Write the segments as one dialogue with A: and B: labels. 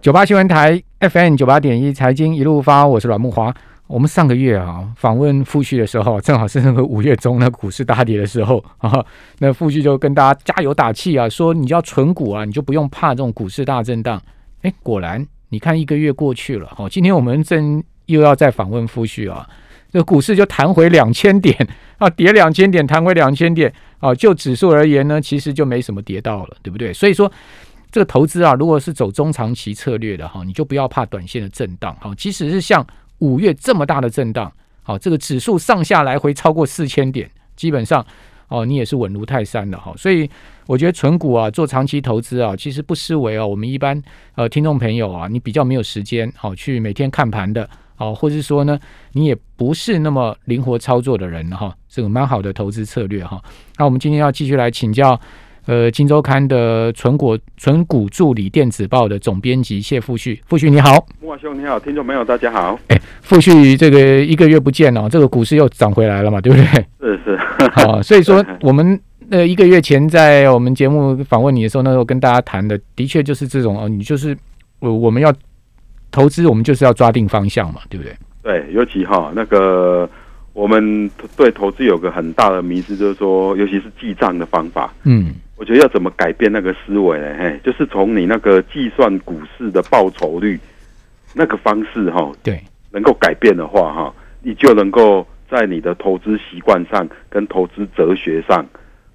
A: 九八新闻台 FM 九八点一财经一路发，我是阮木华。我们上个月啊访问傅旭的时候，正好是那个五月中那股市大跌的时候啊，那傅旭就跟大家加油打气啊，说你要存股啊，你就不用怕这种股市大震荡。哎，果然你看一个月过去了，哦，今天我们正又要再访问傅旭啊，这股市就弹回两千点啊，跌两千点，弹回两千点啊，就指数而言呢，其实就没什么跌到了，对不对？所以说。这个投资啊，如果是走中长期策略的哈，你就不要怕短线的震荡哈。即使是像五月这么大的震荡，好，这个指数上下来回超过四千点，基本上哦，你也是稳如泰山了哈。所以我觉得存股啊，做长期投资啊，其实不失为哦。我们一般呃听众朋友啊，你比较没有时间好、哦、去每天看盘的，好、哦，或是说呢，你也不是那么灵活操作的人哈、哦，这个蛮好的投资策略哈。那我们今天要继续来请教。呃，《金周刊》的存股存股助理电子报的总编辑谢富旭，富旭你好，
B: 木华兄你好，听众朋友大家好。
A: 哎，富旭这个一个月不见哦，这个股市又涨回来了嘛，对不对？
B: 是是。
A: 好哦，所以说我们呃一个月前在我们节目访问你的时候，那时候跟大家谈的，的确就是这种哦，你就是我、呃、我们要投资，我们就是要抓定方向嘛，对不对？
B: 对，尤其哈、哦、那个。我们对投资有个很大的迷失，就是说，尤其是记账的方法。
A: 嗯，
B: 我觉得要怎么改变那个思维呢？嘿，就是从你那个计算股市的报酬率那个方式哈，
A: 对，
B: 能够改变的话哈，你就能够在你的投资习惯上跟投资哲学上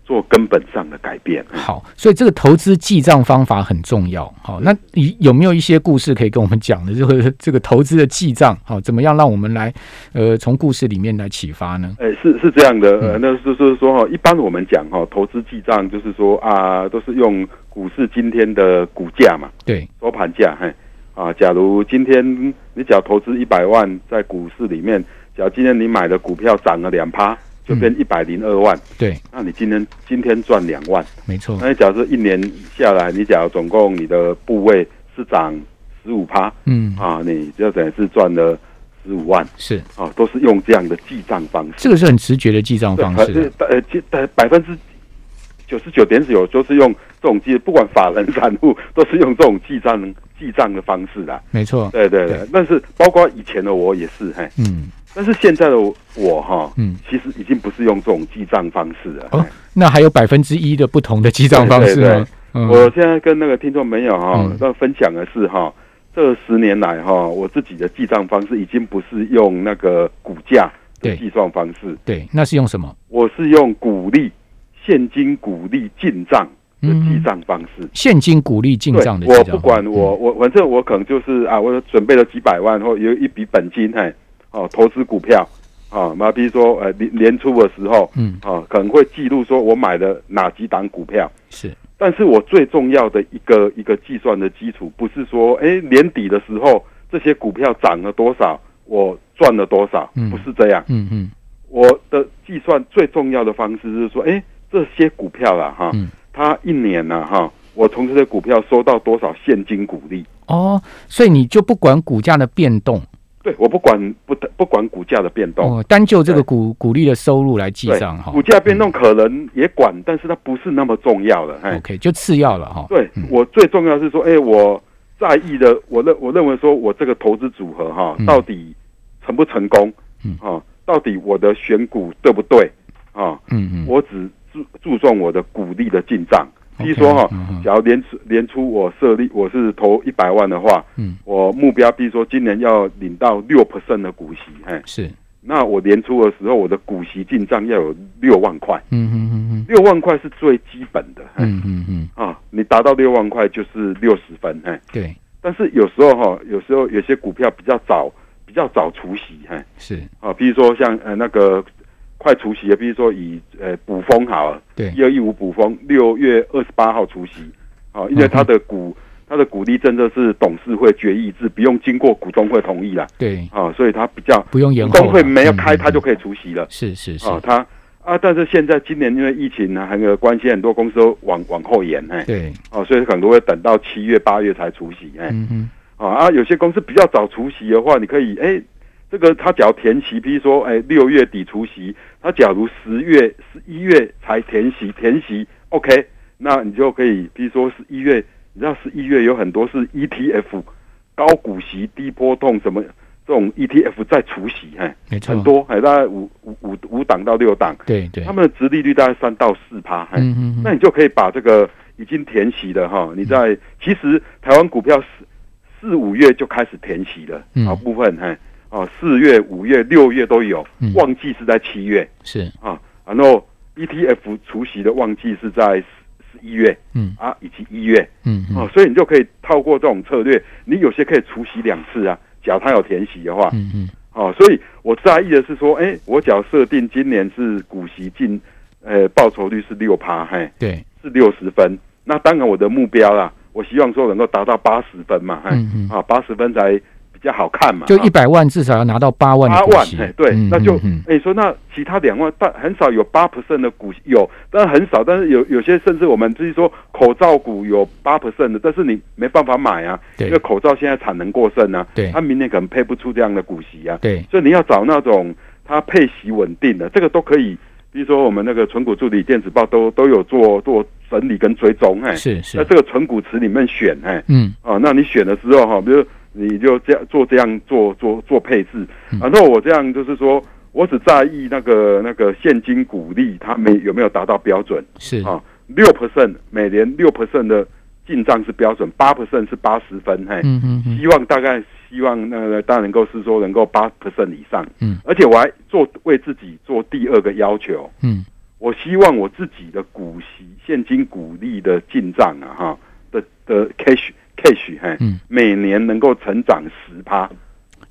B: 做根本上的改变。
A: 好，所以这个投资记账方法很重要。好，那你有没有一些故事可以跟我们讲的？就是 这个投资的记账，好，怎么样让我们来，呃，从故事里面来启发呢？
B: 呃、欸，是是这样的，呃，那就是说哈，一般我们讲哈，投资记账就是说啊，都是用股市今天的股价嘛，
A: 对，
B: 收盘价，嘿，啊，假如今天你只要投资一百万在股市里面，假如今天你买的股票涨了两趴。就变一百零二万、嗯，
A: 对，
B: 那你今天今天赚两万，
A: 没错。
B: 那你假设一年下来，你假如总共你的部位是涨十五趴，
A: 嗯
B: 啊，你就等于是赚了十五万，
A: 是
B: 啊，都是用这样的记账方式。
A: 这个是很直觉的记账方式，啊
B: 呃，呃，百分之九十九点九就是用这种记，不管法人 散户都是用这种记账记账的方式啦。
A: 没错，
B: 对对对，對但是包括以前的我也是，嘿，
A: 嗯。
B: 但是现在的我哈，
A: 嗯，
B: 其实已经不是用这种记账方式了。
A: 哦，那还有百分之一的不同的记账方式
B: 吗？嗯、我现在跟那个听众朋友哈，
A: 嗯
B: 要分享的是哈，这十年来哈，我自己的记账方式已经不是用那个股价的计算方式
A: 對，对，那是用什么？
B: 我是用股利、现金股利进账。的记账方式，
A: 现金鼓励进账的記。
B: 我不管我、嗯、我反正我可能就是啊，我准备了几百万或有一笔本金，哎。哦，投资股票，啊、哦，那比如说，呃，年年初的时候，
A: 嗯，
B: 啊、哦，可能会记录说我买了哪几档股票，
A: 是，
B: 但是我最重要的一个一个计算的基础，不是说，哎、欸，年底的时候这些股票涨了多少，我赚了多少，
A: 嗯、
B: 不是这样，
A: 嗯嗯，
B: 我的计算最重要的方式是说，哎、欸，这些股票啦，哈，
A: 嗯、
B: 它一年呢、啊，哈。我从这些股票收到多少现金股利？
A: 哦，所以你就不管股价的变动。
B: 对，我不管不不管股价的变动，
A: 哦，单就这个股股利的收入来计账哈。
B: 股价变动可能也管，嗯、但是它不是那么重要的。
A: OK，就次要了哈。
B: 哎对、嗯、我最重要是说，哎、欸，我在意的，我认我认为说我这个投资组合哈，到底成不成功？
A: 嗯，
B: 啊，到底我的选股对不对？啊，
A: 嗯嗯，
B: 我只注注重我的股利的进账。比如说哈、哦，
A: 嗯
B: 假如年初年初我设立我是投一百万的话，
A: 嗯，
B: 我目标比如说今年要领到六 percent 的股息，嘿，
A: 是，
B: 那我年初的时候我的股息进账要有六万块，
A: 嗯嗯嗯嗯，
B: 六万块是最基本的，
A: 嗯嗯嗯，
B: 啊，你达到六万块就是六十分，嘿，
A: 对，
B: 但是有时候哈、哦，有时候有些股票比较早比较早除息，嘿，
A: 是，
B: 啊，比如说像呃那个。快除息的，比如说以呃补风好了，
A: 对，
B: 一二一五补风，六月二十八号除息，好、哦，因为它的股、嗯、它的股利政策是董事会决议制，不用经过股东会同意啦，
A: 对，
B: 啊、哦，所以它比较
A: 不用延嗯
B: 股东会没有开，它就可以除息了，
A: 是是嗯是，
B: 啊、哦，它啊，但是现在今年因为疫情呢、啊，还有关系，很多公司都往往后延，哎，
A: 对，
B: 哦，所以很多会等到七月八月才除息，哎，
A: 嗯
B: 嗯，啊，有些公司比较早除息的话，你可以哎。欸这个他只要填息，譬如说，哎，六月底除息，他假如十月、十一月才填息，填息，OK，那你就可以，譬如说十一月，你知道十一月有很多是 ETF，E 高股息、低波动什么这种 ETF 在除息，嘿，
A: 没错
B: 很，多，嘿，大概五五五五档到六档，
A: 对对
B: 他，们的殖利率大概三到四趴，嘿，
A: 嗯嗯
B: 那
A: 嗯，
B: 你就可以把这个已经填息的哈，你在其实台湾股票四四五月就开始填息了，
A: 嗯
B: 啊部分嘿哦四月、五月、六月都有
A: 嗯，
B: 旺季是在七月
A: 是，
B: 啊，然后 ETF 除息的旺季是在十十一月
A: 嗯
B: 啊以及一月
A: 嗯
B: 哦
A: 嗯，
B: 所以你就可以透过这种策略，你有些可以除息两次啊，假如它有填息的话，
A: 嗯嗯，
B: 哦，所以我在意的是说，哎，我假如设定今年是股息进，呃，报酬率是六趴，嘿。
A: 对，
B: 是六十分。那当然我的目标啦，我希望说能够达到八十分嘛，哎、
A: 嗯嗯，
B: 啊，八十分才比较好看嘛，啊
A: 就一百万至少要拿到八万
B: 八
A: 的股
B: 万
A: 息，，
B: 哎，对，
A: 嗯
B: 那就
A: 嗯嗯
B: 哎、说那其他两万，但很少有八 percent 的股息有，但很少，但是有有些甚至我们就是说口罩股有八 percent 的，但是你没办法买啊，
A: 对
B: 因为口罩现在产能过剩啊，
A: 对
B: 它明年可能配不出这样的股息啊，
A: 对，
B: 所以你要找那种它配息稳定的，这个都可以。比如说我们那个存股助理电子报都都有做做整理跟追踪，哎，
A: 是
B: 那
A: 是，
B: 这个存股池里面选，哎，
A: 嗯
B: 哦，那你选了之后哈，比如你就这样做这样做做做配置，
A: 嗯
B: 然后我这样就是说我只在意那个那个现金股利它没有没有达到标准
A: 是，
B: 啊，六 percent 每年六 percent 的进账是标准，八 percent 是八十分，嘿，
A: 嗯嗯嗯，
B: 希望大概希望那个大家能够是说能够八 percent 以上，
A: 嗯，
B: 而且我还做为自己做第二个要求，
A: 嗯
B: 我希望我自己的股息、现金股利的进账啊，哈的的 cash cash 嘿，
A: 嗯
B: 每年能够成长十趴，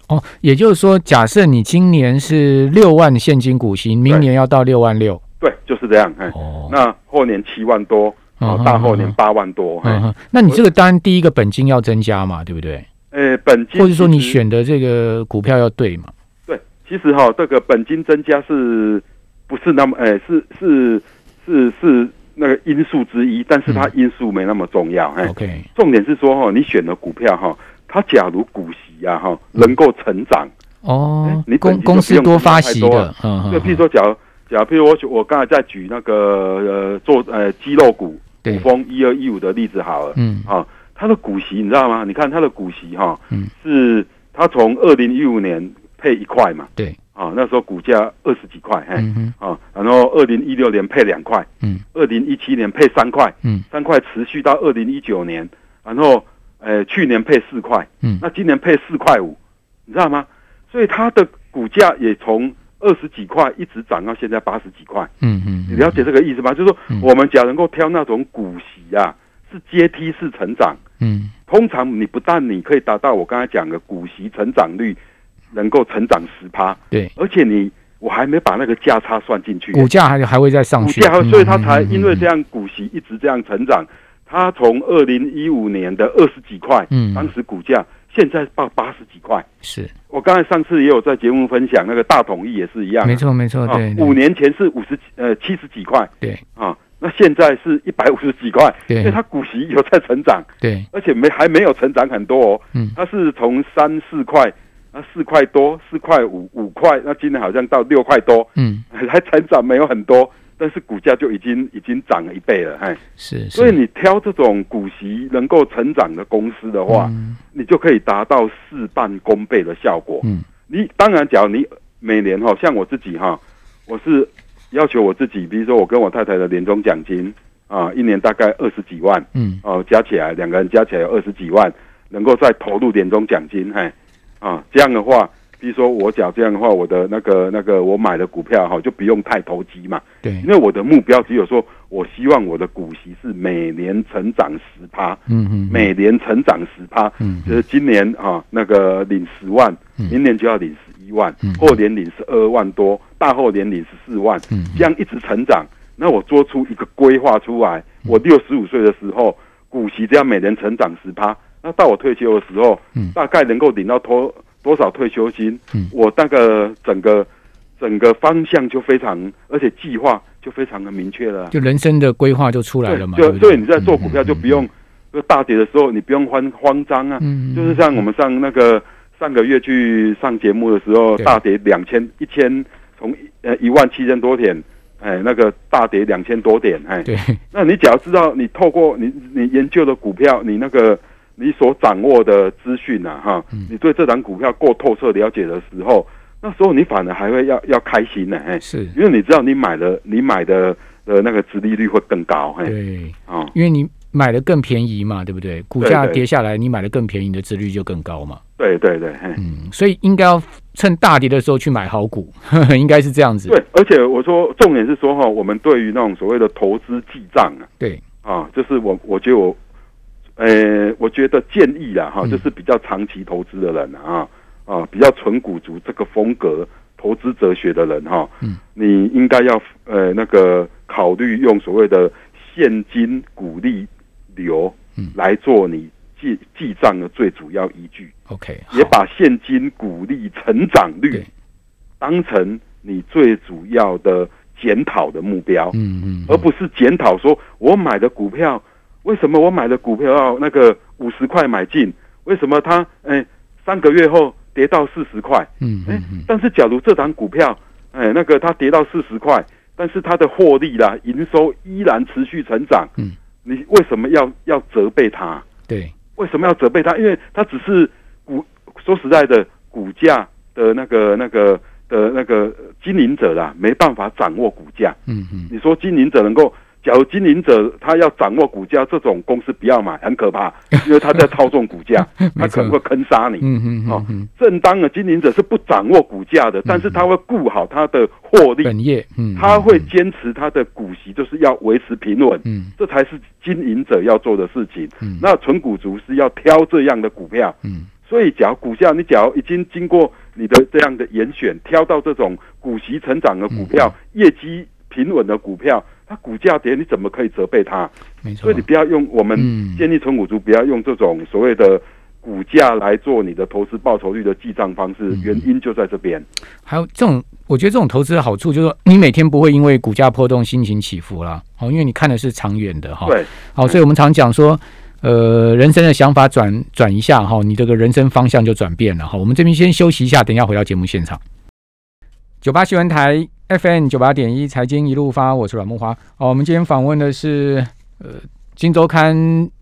A: 哦，也就是说，假设你今年是六万现金股息，明年要到六万六，
B: 对，就是这样，嘿，
A: 哦，
B: 那后年七万多，
A: 嗯
B: 哦
A: 哼，
B: 大后年八万多，嘿
A: 嗯，哼，那你这个当然第一个本金要增加嘛，对不对？
B: 呃，本金
A: 或者说你
B: 其实
A: 选的这个股票要对嘛？
B: 对，其实哈，这个本金增加是不是那么，哎，是是是是那个因素之一，但是它因素没那么重要，嘿，
A: OK，
B: 重点是说哈，你选的股票哈，它假如股息啊哈
A: 嗯
B: 能够成长。
A: 哦
B: 哎你，本
A: 公
B: 金
A: 公
B: 就不
A: 司
B: 用
A: 多发
B: 太
A: 息
B: 多
A: 的
B: 了，
A: 嗯
B: 就
A: 嗯，
B: 譬如说假如，假如譬如我举我刚才在举那个呃做呃鸡肉股股
A: 对，
B: 风一二一五的例子好了，
A: 嗯
B: 啊，它的股息你知道吗？你看它的股息哈、
A: 嗯
B: 是它从二零一五年配一块嘛，
A: 对，
B: 啊，那时候股价二十几块，嘿，
A: 嗯哼，
B: 啊，然后二零一六年配两块，
A: 嗯，
B: 二零一七年配三块，
A: 嗯，
B: 三块持续到二零一九年，然后呃去年配四块，
A: 嗯
B: 那今年配四块五，你知道吗？所以它的股价也从二十几块一直涨到现在八十几块，
A: 嗯嗯，
B: 你了解这个意思吗？就是说
A: 嗯
B: 我们假如能够挑那种股息啊，是阶梯式成长，
A: 嗯
B: 通常你不但你可以达到我刚才讲的股息成长率能够成长十趴，
A: 对，
B: 而且你我还没把那个价差算进去、
A: 股价还还会再上
B: 股
A: 去，
B: 价，所以它
A: 嗯
B: 才因为这，
A: 嗯
B: 样股息一直这样成长。它从二零一五年的二十几块，
A: 嗯
B: 当时股价现在到八十几块。
A: 嗯是
B: 我刚才上次也有在节目分享，那个大统一也是一样啊、
A: 没错没错，
B: 啊
A: 对，
B: 五
A: 对
B: 年前是五十呃七十几块，
A: 对
B: 啊，那现在是一百五十几块，因为
A: 对
B: 它股息有在成长，
A: 对，
B: 而且没还没有成长很多哦，
A: 嗯
B: 它是从三四块。啊，四块多，四块五，五块，那今年好像到六块多，
A: 嗯
B: 还成长没有很多，但是股价就已经已经涨了一倍了，哎，
A: 是，
B: 所以
A: 是
B: 你挑这种股息能够成长的公司的话，
A: 嗯
B: 你就可以达到事半功倍的效果。
A: 嗯，
B: 你当然，假如你每年哈，像我自己哈，我是要求我自己，比如说我跟我太太的年终奖金啊，一年大概二十几万
A: 嗯
B: 哦、加起来两个人加起来有二十几万，能够再投入年终奖金，嘿，啊，这样的话，比如说我假如这样的话，我的那个那个我买的股票哈，就不用太投机嘛，
A: 对
B: 因，为我的目标只有说，我希望我的股息是每年成长十趴，
A: 嗯嗯
B: 每年成长十趴，
A: 嗯
B: 就是今年啊，那个领十万，
A: 嗯
B: 明年就要领十一万
A: 嗯，
B: 后年领十二万多，大后年领十四万，
A: 嗯
B: 这样一直成长。那我做出一个规划出来，
A: 嗯
B: 我六十五岁的时候，股息这样每年成长十趴，那到我退休的时候
A: 嗯，
B: 大概能够领到多多少退休金
A: 嗯？
B: 我那个整个整个方向就非常，而且计划就非常的明确了啊。
A: 就人生的规划就出来了嘛，
B: 对，
A: 不
B: 所以你在做股票就不用
A: 嗯，
B: 就大跌的时候你不用慌慌张啊。
A: 嗯，嗯
B: 就是像我们上那个上个月去上节目的时候，
A: 对
B: 大跌两千一千，从呃一万七千多点，哎，那个大跌两千多点，哎，
A: 对，
B: 那你只要知道你透过你你研究的股票，你那个你所掌握的资讯啊，哈，
A: 嗯
B: 你对这档股票够透彻了解的时候，那时候你反而还会要要开心呢、嘿，
A: 是
B: 因为你知道你买了，你买的的那个殖利率会更高，嘿，
A: 对，
B: 哦，
A: 因为你买的更便宜嘛，对不对？股
B: 对
A: 价
B: 对
A: 跌下来，你买的更便宜，你的值率就更高嘛。
B: 对对对，哎嘿，
A: 嗯，所以应该要趁大跌的时候去买好股， 呵呵应该是这样子。
B: 对，而且我说重点是说哈，我们对于那种所谓的投资记账啊，
A: 对，
B: 啊，就是我我觉得我，呃，我觉得建议啦哈，
A: 嗯
B: 就是比较长期投资的人啊啊，比较纯股族这个风格投资哲学的人哈，
A: 嗯，
B: 你应该要呃那个考虑用所谓的现金股利流
A: 嗯
B: 来做你记记账的最主要依据，
A: OK，
B: 也
A: 好，
B: 把现金股利成长率
A: 对
B: 当成你最主要的检讨的目标。
A: 嗯嗯，
B: 而不是检讨说我买的股票为什么我买的股票要那个五十块买进，为什么它哎三个月后跌到四十块？
A: 嗯
B: 哎
A: 嗯嗯，
B: 但是假如这档股票哎那个它跌到四十块，但是它的获利啦、营收依然持续成长，
A: 嗯，
B: 你为什么要要责备它？
A: 对，
B: 为什么要责备它？因为它只是股说实在的股价的那个那个的那个呃经营者啦，没办法掌握股价。
A: 嗯嗯
B: 你说经营者能够，假如经营者他要掌握股价，这种公司不要买，很可 怕，因为他在操纵股价， 他可能会坑杀你。
A: 嗯嗯
B: 哦
A: 嗯嗯，
B: 正当的经营者是不掌握股价的，但是他会顾好他的获利，
A: 本业，嗯，
B: 他会
A: 嗯
B: 坚持他的股息，就是要维持平稳，
A: 嗯
B: 这才是经营者要做的事情。
A: 嗯
B: 那纯股族是要挑这样的股票，
A: 嗯
B: 所以，假如股价你假如已经经过你的这样的严选，挑到这种股息成长的股
A: 嗯
B: 票、业绩平稳的股票，它股价跌，你怎么可以责备它？
A: 没错
B: 所以，你不要用我们
A: 嗯
B: 建议纯股族不要用这种所谓的股价来做你的投资报酬率的记账方
A: 嗯
B: 式，原因就在这边。
A: 还有这种，我觉得这种投资的好处就是说，你每天不会因为股价波动心情起伏啦。哦好、因为你看的是长远的哈。
B: 对，
A: 好，所以我们常讲说，呃，人生的想法转转一下哈、你这个人生方向就转变了哈、我们这边先休息一下，等一下回到节目现场。九八新闻台 FM 九八点一财经一路发，我是阮木华。哦，我们今天访问的是呃《金周刊》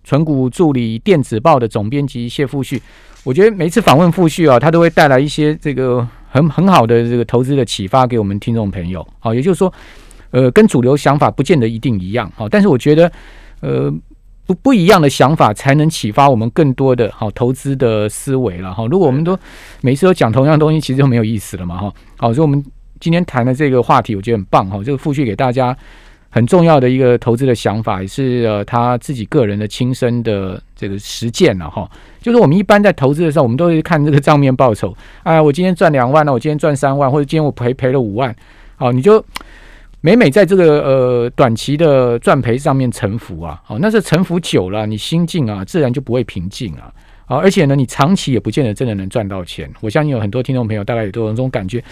A: 纯股助理电子报的总编辑谢富旭。我觉得每次访问富旭啊，他都会带来一些这个很很好的这个投资的启发给我们听众朋友。好、也就是说，呃，跟主流想法不见得一定一样。好、但是我觉得，呃，不不一样的想法才能启发我们更多的好、投资的思维了哈、如果我们都每次都讲同样的东西，其实就没有意思了嘛哈。好、所以我们今天谈的这个话题，我觉得很棒哈、这个富旭给大家。很重要的一个投资的想法，也是呃他自己个人的亲身的这个实践了哈、就是我们一般在投资的时候，我们都会看这个账面报酬。哎，我今天赚两万了，我今天赚三万，或者今天我赔赔了五万，好，你就每每在这个呃短期的赚赔上面沉浮啊，好，那是沉浮久了，你心境啊自然就不会平静啊。好，而且呢，你长期也不见得真的能赚到钱。我相信有很多听众朋友大概也都有这种感觉，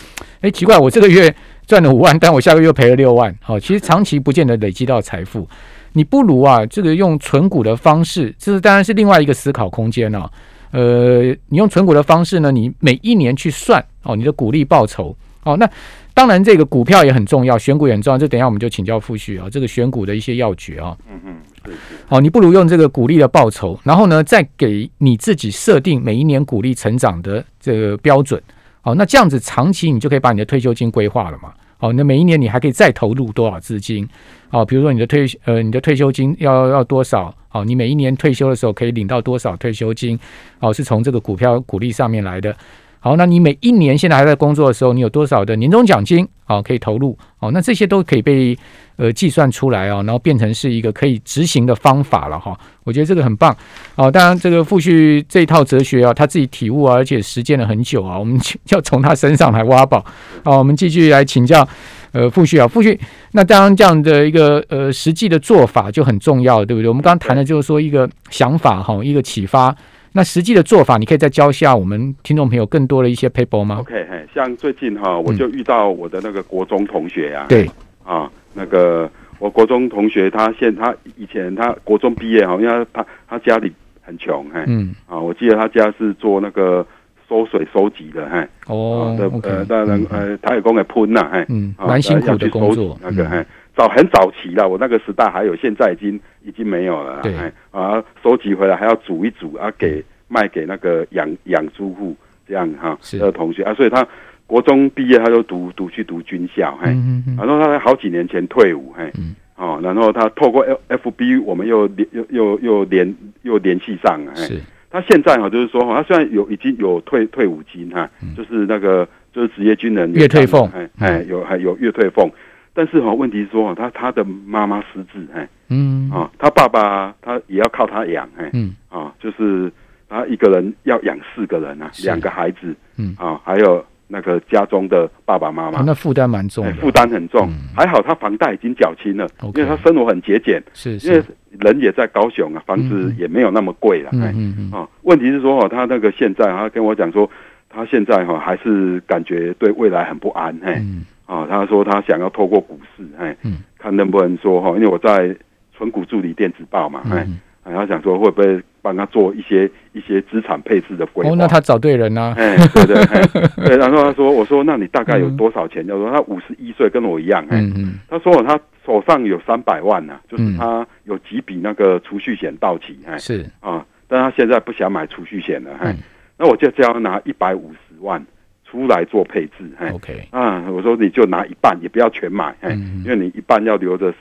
A: 哎，奇怪，我这个月赚了五万，但我下个月赔了六万。好、其实长期不见得累积到财富，你不如啊，这个用存股的方式，这是当然是另外一个思考空间了、呃，你用存股的方式呢，你每一年去算哦，你的股利报酬哦。那当然，这个股票也很重要，选股也很重要。这等一下我们就请教傅旭啊、这个选股的一些要诀啊、
B: 嗯嗯，是是，
A: 哦，你不如用这个股利的报酬，然后呢，再给你自己设定每一年股利成长的这个标准。哦，那这样子长期你就可以把你的退休金规划了嘛。哦，那每一年你还可以再投入多少资金？哦，比如说你的退呃你的退休金要要多少？哦，你每一年退休的时候可以领到多少退休金？哦，是从这个股票股利上面来的。好，那你每一年现在还在工作的时候，你有多少的年终奖金哦可以投入？哦，那这些都可以被呃计算出来哦，然后变成是一个可以执行的方法了哈、我觉得这个很棒哦。当然，这个傅旭这一套哲学啊，他自己体悟啊，而且实践了很久啊，我们 就要从他身上来挖宝哦。我们继续来请教呃傅旭啊，傅旭，那当然这样的一个呃实际的做法就很重要，对不对？我们刚刚谈的就是说一个想法哈、一个启发。那实际的做法，你可以再教下我们听众朋友更多的一些 paper 吗？
B: OK，嘿，像最近哈，我就遇到我的那个国中同学啊，
A: 嗯对，
B: 啊，那个我国中同学他现他以前他国中毕业哈，因为他他他家里很穷，嘿，
A: 嗯，
B: 啊，我记得他家是做那个收水收集的，嘿，
A: 哦
B: 啊的
A: ，OK，
B: 呃，当然
A: 嗯
B: 呃，他也讲给喷呐，嘿，
A: 嗯，
B: 啊
A: 蛮辛苦
B: 要
A: 的
B: 去
A: 工
B: 收集
A: 作，
B: 那个
A: 嗯
B: 嘿，早很早期了，我那个时代还有，现在已经已经没有了啦。
A: 对嗯
B: 哎，啊，收集回来还要煮一煮啊，给卖给那个养养猪户这样哈
A: 是
B: 的同学啊，所以他国中毕业他就读读去读军校，嘿，
A: 嗯嗯
B: 然后他在好几年前退伍，嘿
A: 嗯，
B: 哦，然后他透过 F F B 我们又联又又又联又联系上了，
A: 嗯，
B: 嘿，
A: 是
B: 他现在哈就是说哈，他虽然有已经有退退伍金哈，就是那个就是职业军人
A: 嗯月退俸嗯
B: 哎哎有还有月退俸，但是哈问题是说他他的妈妈失智，哎
A: 嗯
B: 啊，他爸爸他也要靠他养，哎
A: 嗯
B: 啊，就是他一个人要养四个人啊，
A: 是
B: 两个孩子，
A: 嗯
B: 啊，还有那个家中的爸爸妈妈
A: 哦，那负担蛮重
B: 哎
A: 的，
B: 负担很重
A: 嗯，
B: 还好他房贷已经缴清了，因
A: OK
B: 为他生活很节俭，
A: 是
B: 因为
A: 是，
B: 人也在高雄啊，房子也没有那么贵了，
A: 嗯
B: 哎。
A: 嗯嗯，
B: 哦，问题是说哦，他那个现在他跟我讲说，他现在哈、还是感觉对未来很不安，嘿，
A: 嗯
B: 哦，他说他想要透过股市，嘿，
A: 嗯
B: 看能不能说哈、哦因为我在纯股助理电子报嘛，嘿，
A: 嗯，
B: 哎他想说会不会帮他做一些一些资产配置的规划？
A: 哦，那他找对人啦，
B: 哎，对对，哎，对，然后他说，我说那你大概有多少钱？他说他五十一岁，跟我一样，哎，
A: 嗯嗯
B: 他说哦他手上有三百万呢、就是
A: 嗯
B: 他有几笔那个储蓄险到期，哎，
A: 是，
B: 啊，但他现在不想买储蓄险了，嘿，
A: 嗯
B: 那我就叫他拿一百五十万出来做配置，嘿，
A: OK，
B: 啊，我说你就拿一半，也不要全买，嘿，
A: 哦嗯
B: 因
A: 嗯
B: 为你一半要留着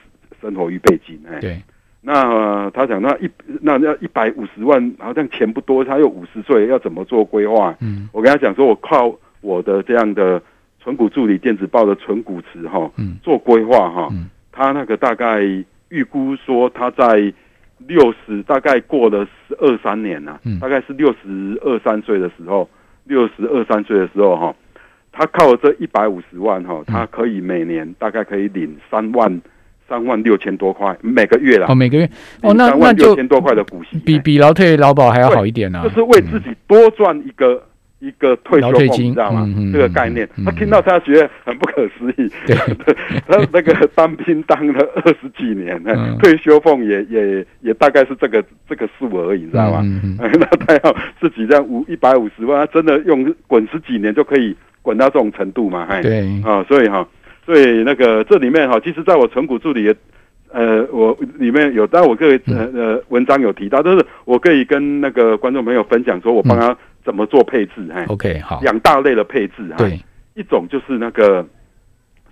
B: 生活预备金，嘿，
A: 对，
B: 那、呃他想那一那要一百五十万，好像钱不多，他又五十岁，要怎么做规划？
A: 嗯
B: 我跟他讲说，我靠我的这样的存股助理电子报的存股池哈，
A: 嗯
B: 做规划哈
A: 嗯，
B: 他那个大概预估说他在六十，大概过了十二三年呐、
A: 嗯
B: 大概是六十二三岁的时候，六十二三岁的时候哈，他靠这一百五十万哈，
A: 嗯
B: 他可以每年大概可以领三万三万六千多块每个月啦
A: 哦，，每个月，哦，
B: 领
A: 那
B: 啊三
A: 那
B: 万六
A: 就
B: 千多块的股息，
A: 比比劳退劳保还要好一点啊，
B: 就是为自己多赚一个。一个退休
A: 劳退
B: 俸，
A: 金
B: 你知道吗
A: 嗯嗯？
B: 这个概念
A: 嗯，
B: 他听到他觉得很不可思议，
A: 对，
B: 他那个当兵当了二十几年，
A: 嗯
B: 退休俸也也也大概是这个这个数而已，你知道吗？
A: 嗯嗯嗯
B: 哎 那他要自己这样五一百五十万，他真的用滚十几年就可以滚到这种程度嘛？哎，
A: 对，
B: 啊，所以哈、所以那个这里面哈、其实在我存股助理也，呃，我里面有，但我可以
A: 嗯
B: 呃呃文章有提到，就是我可以跟那个观众朋友分享，说我
A: 嗯
B: 帮他怎么做配置，哎、
A: OK，好，
B: 两大类的配置，哎，
A: 哦对，
B: 一种就是那个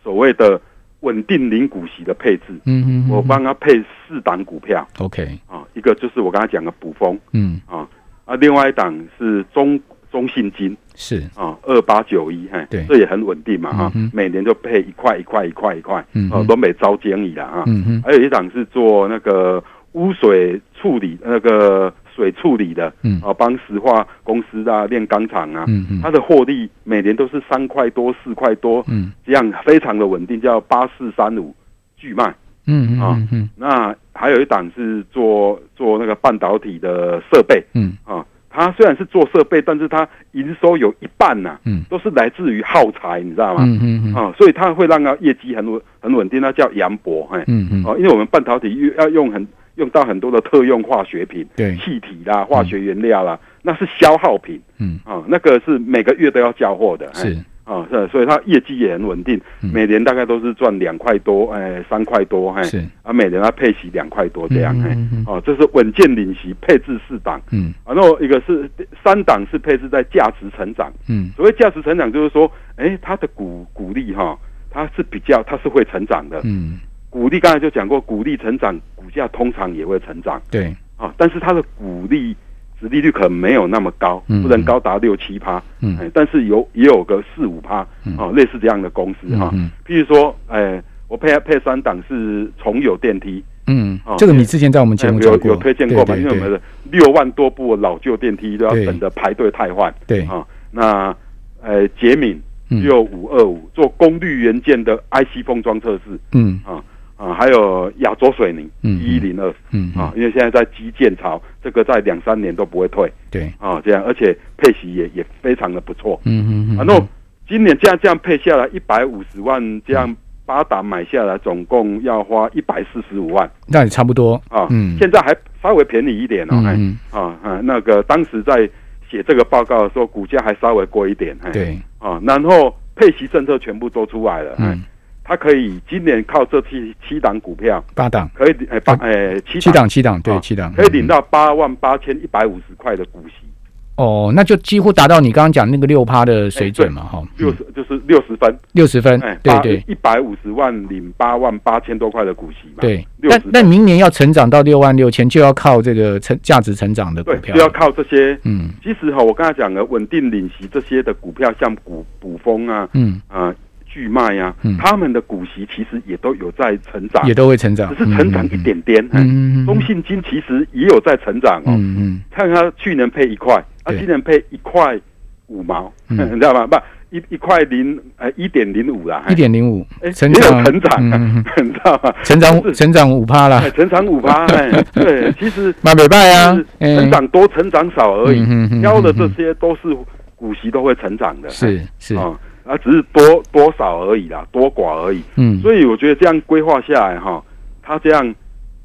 B: 所谓的稳定零股息的配置，
A: 嗯嗯，
B: 我帮他配四档股票
A: OK，
B: 啊，一个就是我刚才讲的补风
A: 嗯
B: 啊，啊，另外一档是中中信金
A: 是，
B: 啊，二八九一，嘿
A: 对，
B: 这也很稳定嘛啊
A: 嗯哼，
B: 每年就配一块一块一块一块，
A: 嗯
B: 啊
A: 哼，
B: 都没招经理了啊，
A: 嗯嗯
B: 还有一档是做那个污水处理那个水处理的，
A: 嗯
B: 啊，帮石化公司啊、炼钢厂啊，
A: 嗯嗯
B: 它的获利每年都是三块多、四块多，
A: 嗯
B: 这样非常的稳定，叫八四三五巨迈。
A: 嗯
B: 啊
A: 嗯嗯
B: 那还有一档是做做那个半导体的设备
A: 嗯
B: 啊，它虽然是做设备，但是它营收有一半呐、
A: 嗯
B: 都是来自于耗材，你知道吗？
A: 嗯嗯
B: 啊，所以它会让它业绩很稳很稳定，那叫扬博，嘿，
A: 嗯嗯，
B: 哦、因为我们半导体又要用很用到很多的特用化学品、
A: 对，
B: 气体啦、化学原料啦，那是消耗品
A: 嗯
B: 啊，那个是每个月都要交货的，嘿
A: 是，
B: 啊，是，所以它业绩也很稳定，
A: 嗯
B: 每年大概都是赚两块多，哎，三块多，哎，
A: 是
B: 啊，每年它配息两块多这样，哎，
A: 嗯
B: 哦，这是稳健领息配置四档，
A: 嗯
B: 啊，那一个是三档是配置在价值成长，
A: 嗯
B: 所谓价值成长就是说，哎，它的股股利哈，它是比较它是会成长的，
A: 嗯，
B: 股利刚才就讲过，股利成长，股价通常也会成长，
A: 对，
B: 啊，但是它的股利。殖利率可能没有那么高，
A: 嗯
B: 不能高达六七趴，
A: 嗯
B: 哎，但是有也有个四五趴
A: 嗯
B: 哦，类似这样的公司哈、
A: 嗯
B: 譬如说，哎，我配配三档是重有电梯，
A: 嗯，这个你之前在我们节
B: 哎
A: 目
B: 有
A: 讲过，
B: 有推荐过吧？
A: 对
B: 因为我们
A: 对
B: 的六万多部老旧电梯都要
A: 对
B: 等着排队汰换
A: 对，
B: 啊。那呃，杰敏
A: 嗯
B: 六五二五做功率元件的 IC 封装测试
A: 嗯
B: 啊啊，还有亚洲水泥
A: 嗯
B: 一零二
A: 嗯
B: 啊，因为现在在基建潮，这个在两三年都不会退
A: 对，
B: 啊，这样而且配息也也非常的不错。
A: 嗯嗯
B: 啊，那我今年这样这样配下来一百五十万，这样八档买下来，总共要花一百四十五万
A: 那也差不多
B: 啊。
A: 嗯
B: 现在还稍微便宜一点哦，哎、
A: 嗯
B: 啊啊，那个当时在写这个报告的时候，股价还稍微贵一点，哎、
A: 对，
B: 啊，然后配息政策全部都出来了，哎、
A: 嗯
B: 他可以今年靠这七七档股票，
A: 八档，
B: 可以哎八哎七
A: 哦七档，七档，对，
B: 哦
A: 七档，
B: 可以领
A: 嗯
B: 到八万八千一百五十块的股息，
A: 哦，那就几乎达到你刚刚讲那个六趴的水准嘛，哈，
B: 六十就是六十分，
A: 六十分
B: 哎，，
A: 嗯对对
B: 一百五十万领八万八千多块的股息嘛，
A: 对。
B: 60
A: 但
B: 分
A: 但明年要成长到六万六千，就要靠这个成价值成长的股
B: 对，
A: 票
B: 就，要靠这些。
A: 嗯
B: 其实哈、我刚才讲了，稳定领息这些的股票，像股股风啊、
A: 嗯，
B: 啊巨迈啊
A: 嗯，
B: 他们的股息其实也都有在成长，
A: 也都会成长，
B: 只是成长一点哎点。嘿
A: 嗯，嗯，嗯
B: 中信金其实也有在成长哦，
A: 嗯嗯
B: 看它去年配一块，啊，
A: 对
B: 今年配一块五毛，
A: 嗯
B: 你知道吗？不，一一块零呃一点零五啦，
A: 嗯，一点零五
B: 哎，
A: 成
B: 也有
A: 长，
B: 成长啊
A: 嗯 嗯嗯
B: 嘿你知道吗？
A: 成
B: 就
A: 长
B: 是
A: 成长五趴啦
B: 哎，，成长 五趴，哎，对，其实
A: 马北拜啊
B: 就是，
A: 哎
B: 成长多成长少而已，
A: 嗯嗯嗯嗯
B: 挑的这
A: 嗯
B: 些都是股息都会成长的，哎
A: 是是，
B: 啊，啊，只是多多少而已啦，多寡而已。
A: 嗯，
B: 所以我觉得这样规划下来哈，他这样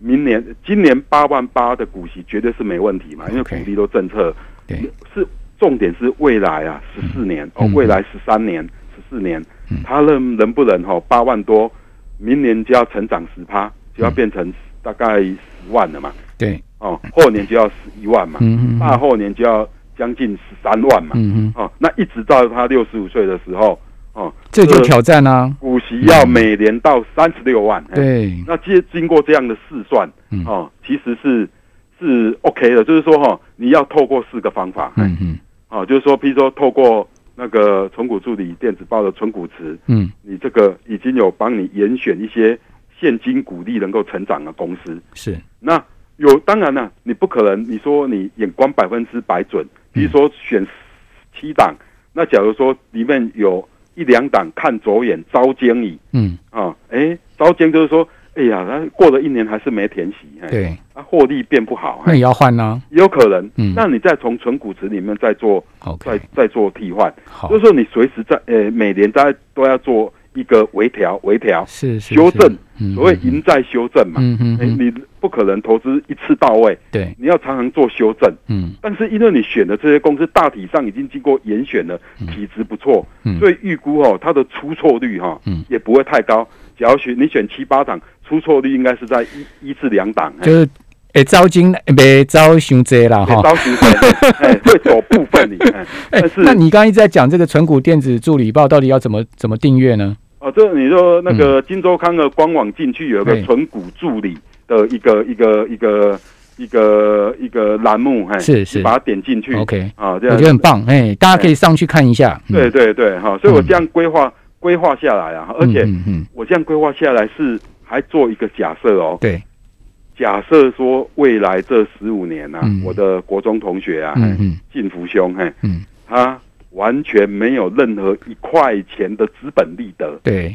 B: 明年今年八万八的股息绝对是没问题嘛，因为
A: OK
B: 股利都政策
A: 对
B: 是重点是未来啊，十四年哦
A: 嗯，
B: 未来十三年、十四年
A: 嗯，
B: 他能能不能哈八万多，明年就要成长十趴，就
A: 嗯
B: 要变成大概十万了嘛，
A: 对，
B: 哦，后年就要十一万嘛，
A: 嗯嗯
B: 大后年就要将近十三万嘛，
A: 嗯嗯，
B: 哦，那一直到他六十五岁的时候，哦，
A: 这就挑战啊，
B: 股息要每年到三十六万。哎，
A: 嗯对，
B: 那经经过这样的试算
A: 嗯，
B: 哦，其实是是 OK 的，就是说哈、哦，你要透过四个方法，哎
A: 嗯嗯
B: 哦，就是说，譬如说透过那个存股助理电子报的存股池，
A: 嗯，
B: 你这个已经有帮你严选一些现金股利能够成长的公司，
A: 是，
B: 那有当然了、你不可能你说你眼光百分之百准，比如说选七档，那假如说里面有一两档看走眼招奸矣
A: 嗯，
B: 啊，哎，招奸就是说，哎呀，他过了一年还是没填息，哎，
A: 对，
B: 他获利变不好，
A: 那
B: 哎
A: 也要换啦
B: 也有可能，
A: 嗯
B: 那你再从纯股池里面再做再
A: ，OK，
B: 再做替换，
A: 好
B: 就，是说你随时在呃每年在都要做一个微调微调，
A: 是是
B: 修正，
A: 是
B: 所谓赢在修正嘛，
A: 嗯嗯
B: 哎
A: 嗯，
B: 你不可能投资一次到位。
A: 对，
B: 你要常常做修正。
A: 嗯
B: 但是因为你选的这些公司大体上已经经过严选了，体质不错，
A: 嗯，
B: 所以预估哦它的出错率哈、哦
A: 嗯
B: 也不会太高。假如选你选七八档，出错率应该是在一一至两档，哎
A: 就是哦诶，招金别招伤济啦
B: 会
A: 哈。
B: 招行程，哎，会走部分里。哎
A: 哎
B: 但，是
A: 那你刚刚一直在讲这个存股电子助理报到底要怎么怎么订阅呢？
B: 哦，这你说那
A: 嗯
B: 个金周刊的官网进去有个
A: 对
B: 存股助理的一个一个一个一个一个栏目，哎，
A: 是是
B: 你把它点进去
A: OK
B: 啊，这
A: 我
B: 样
A: 觉得很棒，哎，大家可以上去看一下。嗯
B: 对，对对，哈、所以我
A: 嗯
B: 这样规划规划下来啊，而
A: 嗯
B: 且
A: 嗯嗯，
B: 我这样规划下来是还做一个假设哦，
A: 对，
B: 假设说未来这十五年啊，
A: 嗯
B: 我的国中同学啊，
A: 嗯
B: 嘿
A: 嗯
B: 晋福兄，嘿，
A: 嗯，
B: 他完全没有任何一块钱的资本利得，
A: 对，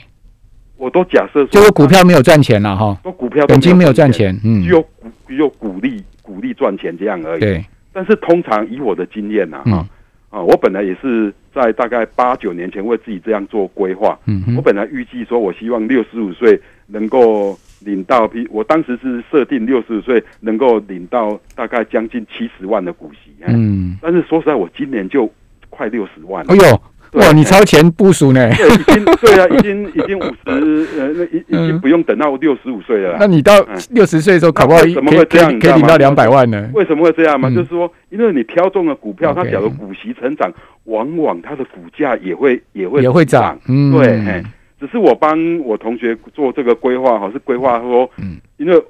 B: 我都假设说
A: 就是股票没有赚钱了哈，
B: 都股票都
A: 本金没有赚
B: 钱，
A: 钱，嗯
B: 只，有股只有股利股利赚钱这样而已。
A: 对，
B: 但是通常以我的经验呐、啊，
A: 嗯
B: 啊，我本来也是在大概八九年前为自己这样做规划，
A: 嗯嗯
B: 我本来预计说，我希望六十五岁能够领到，比我当时是设定六十五岁能够领到大概将近七十万的股息。嗯，
A: 嗯，
B: 但是说实在，我今年就快六十万了
A: 哎。呦，
B: 啊对
A: 哇，你超前部署呢？
B: 对，已经对啊，已经已经五十呃，那已已经
A: 嗯
B: 不用等到六十五岁了
A: 那
B: 啦。
A: 你到
B: 嗯
A: 六十岁的时候，搞不好
B: 那为什么
A: 可以
B: 会
A: 可
B: 这样
A: 以
B: 你
A: 可
B: 知
A: 以领
B: 道吗
A: 到两百万呢？
B: 为什么会这样嘛？
A: 嗯
B: 就是说，因为你挑中了股票，它
A: OK
B: 假如股息成长，往往它的股价也会也会
A: 也会
B: 成
A: 涨，嗯，
B: 对，嘿只是我帮我同学做这个规划哈，是规划说，
A: 嗯
B: 因为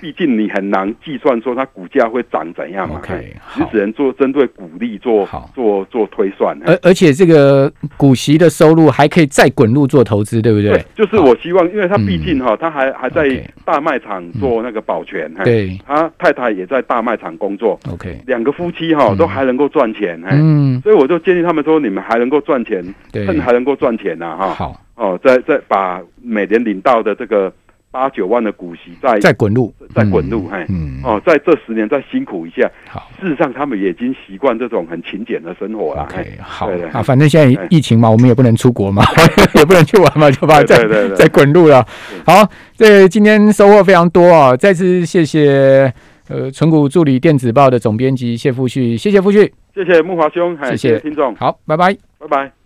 B: 毕竟你很难计算说它股价会涨怎样嘛
A: OK，
B: 嘿
A: 好
B: 你只能做针对股利做
A: 好呃
B: 做做推算。嘿
A: 而而且这个股息的收入还可以再滚入做投资，对不对？
B: 就是我希望，因为他毕竟哈，他还还在
A: OK
B: 大卖场做那个保全，嘿
A: 对
B: 他太太也在大卖场工作，
A: ，OK，
B: 两个夫妻哈
A: 嗯
B: 都还能够赚钱，嘿
A: 嗯，
B: 所以我就建议他们说，你们还能够赚钱，
A: 对，
B: 趁还能够赚钱呐，哈，
A: 好，
B: 哦，再再把每年领到的这个八九万的股息再
A: 再滚入，
B: 再滚入，嘿，
A: 嗯，嗯，
B: 哦，在这十年再辛苦一下，
A: 好
B: 事实上他们也已经习惯这种很勤俭的生活了。嘿
A: ，OK，好
B: 对对
A: 啊，反正现在
B: 哎
A: 疫情嘛，我们也不能出国 嘛， 也不能去玩嘛，就把它再
B: 对对嗯对
A: 再滚入了。好，这今天收获非常多啊、再次谢谢呃纯股助理电子报的总编辑谢富旭，谢谢富旭，
B: 谢谢木华兄，嘿
A: 谢谢
B: 谢听众，
A: 好，拜拜。
B: 拜拜。